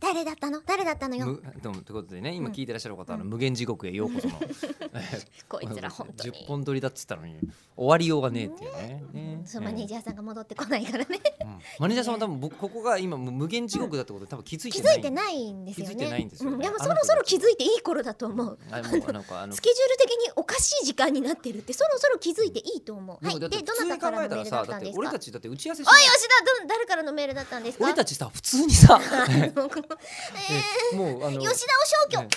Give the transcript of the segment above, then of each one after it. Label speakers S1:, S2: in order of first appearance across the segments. S1: 誰だったの誰だったのよ
S2: むということでね今
S1: うん
S2: 聞いてらっしゃる方は、あの無限地獄へようこ その
S1: こいつら本当
S2: 10
S1: に。
S2: 本撮りだっつったのに終わりようがねえっていうねね
S1: そうマネージ
S2: ャ
S1: ャーさんが戻ってこないからね
S2: ー、うんマネージャーさんは多分僕ここが今もう無限地獄だってことで多分気づい
S1: 気
S2: てない
S1: づいてないんですよね
S2: 気づいてないんですよね
S1: うでも
S2: あ
S1: そ
S2: の
S1: ろ
S2: 人
S1: そろ気づいていい頃だと思う
S2: あもうなんか あの
S1: スケジュール的におかしい時間になってるってそろそろ気づいていいと思う、
S2: で
S1: は
S2: も
S1: い
S2: だ
S1: で
S2: って普
S1: ど
S2: 通
S1: な
S2: に
S1: たから
S2: 考え
S1: のメー
S2: たら
S1: ルだ
S2: さ
S1: ったん
S2: だって
S1: です
S2: 俺
S1: か
S2: たちだって打ち合わせし
S1: おい
S2: ない
S1: 吉田ど誰からのメールだったんですか
S2: 俺たちさ普通にさ、
S1: あのこの
S2: えもうあの
S1: 吉田を消去、
S2: ね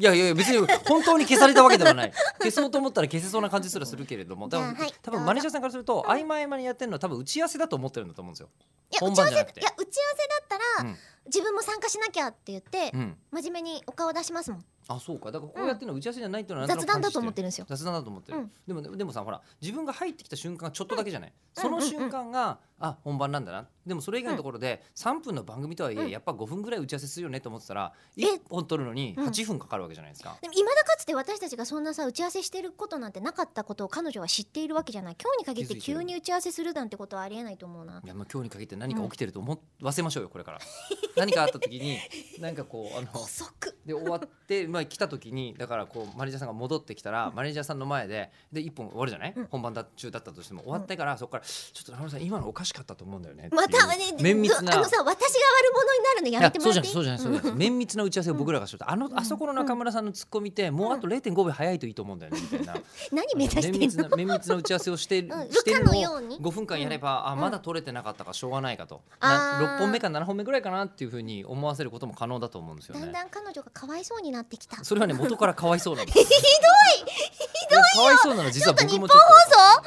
S2: いやいやいや別に本当に消されたわけではない消そうと思ったら消せそうな感じすらするけれども多分,、
S1: じゃあはい
S2: 多
S1: どうぞ
S2: 分マネージャーさんからすると合間合間にやってるのは多分打ち合わせだと思ってるんだと思うんですよ。
S1: いや打
S2: 本
S1: ち合
S2: 番
S1: わせい
S2: じゃな
S1: や
S2: く
S1: 打
S2: て
S1: ち合わせだったら、自分も参加しなきゃって言って、
S2: うん、うん、
S1: 真面目にお顔出しますもん
S2: あそうかだからこうやってるのは打ち合わせじゃないっていうのはなん
S1: 雑
S2: とな
S1: 談
S2: く
S1: だと思って
S2: る
S1: るんですよ
S2: 雑談だと思ってる、
S1: うん
S2: でもでもさほら自分が入ってきた瞬間がちょっとだけじゃない、
S1: うん
S2: その瞬間が、あ本番なんだなでもそれ以外のところで3分の番組とはいえ、
S1: うん
S2: やっぱ5分ぐらい打ち合わせするよねと思ってたら
S1: え
S2: 1本取るのに
S1: うん
S2: 8分かかるわけじゃないですか。
S1: でも未だかつて私たちがそんなさ打ち合わせしてることなんてなかったことを彼女は知っているわけじゃない今日に限って
S2: 気づいてる
S1: 急に打ち合わせするなんてことはありえないと思うない
S2: やもう今日に限って何か起きてると思わせましょうよこ れから。何かあった時になんかこうあの
S1: 補足
S2: で終わってまあ来た時にだからこうマネージャーさんが戻ってきたらマネージャーさんの前でで一本終わるじゃない
S1: うん
S2: 本番だ中だったとしても終わってからそこから「ちょっと中村さん今のおかしかったと思うんだよね」っていう
S1: またね
S2: 綿密な
S1: あのさ私が悪者になるのやめても
S2: そう
S1: ら
S2: じ
S1: ってい
S2: ゃないそうじゃないそうじゃない
S1: うん
S2: 綿密な打ち合わせを僕らがしとってあの
S1: ん
S2: あそこの中村さんのツッコミってもうあと0.5秒早いといいと思うんだよねみたいな
S1: 何目指
S2: 綿
S1: して
S2: 密
S1: んの
S2: な綿密な打ち合わせをして
S1: うん
S2: してる
S1: ルカ
S2: の
S1: のよう
S2: を
S1: に
S2: 5分間やれば、あ
S1: ん
S2: まだ取れてなかったかしょうがないかと、
S1: あ
S2: な
S1: ー
S2: 6本目か7本目ぐらいかなっていうふうに思わせることも可能だと思うんですよ
S1: だん
S2: ね。
S1: だん彼女がかわいそうになってきた
S2: それはね元からかわいそうなの ひどいひどいよかわいそうなの実は僕もちょっ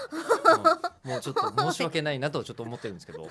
S2: と日本放送、うんもうちょっと申し訳ないなとちょっと思ってるんです けど、ね、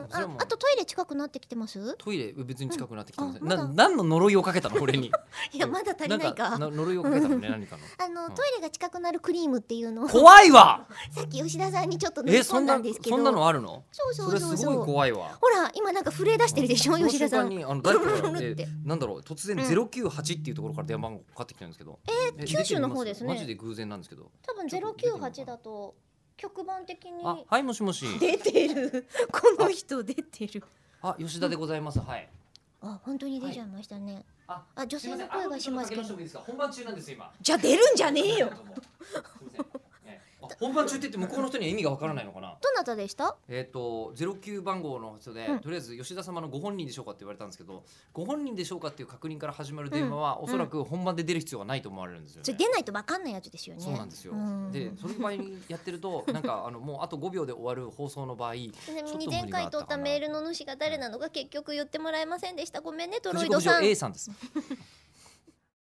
S1: うん
S2: それは
S1: あ
S2: もう
S1: あとトイレ近くなってきてます
S2: トイレ別に近くなってきてません、
S1: うんあ
S2: な
S1: まだ
S2: 何の呪いをかけたの俺に
S1: いやまだ足りないか
S2: んな呪いをかけたのね何かの
S1: あのトイレが近くなるクリームっていうのをさ
S2: 怖 いわ
S1: っき吉田さんにちょっと塗り
S2: えそ
S1: 込
S2: ん
S1: んだ
S2: なん
S1: ですけど
S2: そんなのあるの
S1: そう
S2: そ
S1: そう
S2: れ
S1: そう
S2: す
S1: そ
S2: ごいう怖いわ
S1: ほら今なんか震え出してるでしょ吉田さ
S2: その
S1: ん
S2: 瞬間にあの誰かから
S1: ブルルル
S2: ね
S1: ルって
S2: なんだろう突然
S1: うん
S2: ゼロ九八っていうところから電話番号かかってきたんですけど。え
S1: 九州の方ですね
S2: マジで偶然なんですけど。
S1: 多分
S2: ち
S1: ゼ
S2: ょ
S1: ロ
S2: っと出て
S1: 九
S2: るのかな
S1: 八だと局番的に
S2: あはいもしもし。
S1: 出て るこの人出てる
S2: あ吉田でございますはい。
S1: あ本当に出ちゃいましたね
S2: あ
S1: あ女
S2: すい
S1: 性
S2: ませ
S1: の
S2: ん
S1: 声がしますけ
S2: あち
S1: ど
S2: ょっとかけましてもいいですか本番中なんです今。
S1: じゃあ出るんじゃねえよ
S2: どうも。すいませんねあ本番中って言って向こうの人には意味がわからないのかな。
S1: どなたでした
S2: えっ、と09番号の人で、
S1: うん
S2: とりあえず吉田様のご本人でしょうかって言われたんですけどご本人でしょうかっていう確認から始まる電話は、
S1: うん
S2: おそらく本番で出る必要はないと思われるんですよ、ね
S1: それ出ないとわかんないやつですよね
S2: そうなんですよ。
S1: うん
S2: で、その場合にやってると、なんかあのもうあと5秒で終わる放送の場合、
S1: ちなみ
S2: ちょっ
S1: に
S2: と
S1: 前回取ったメー
S2: ル
S1: ルの主が誰なのか結局言ってもらえませんでしたごめんねトロイ
S2: 藤
S1: ド
S2: 子
S1: さ
S2: 不二雄
S1: ん
S2: A さんです。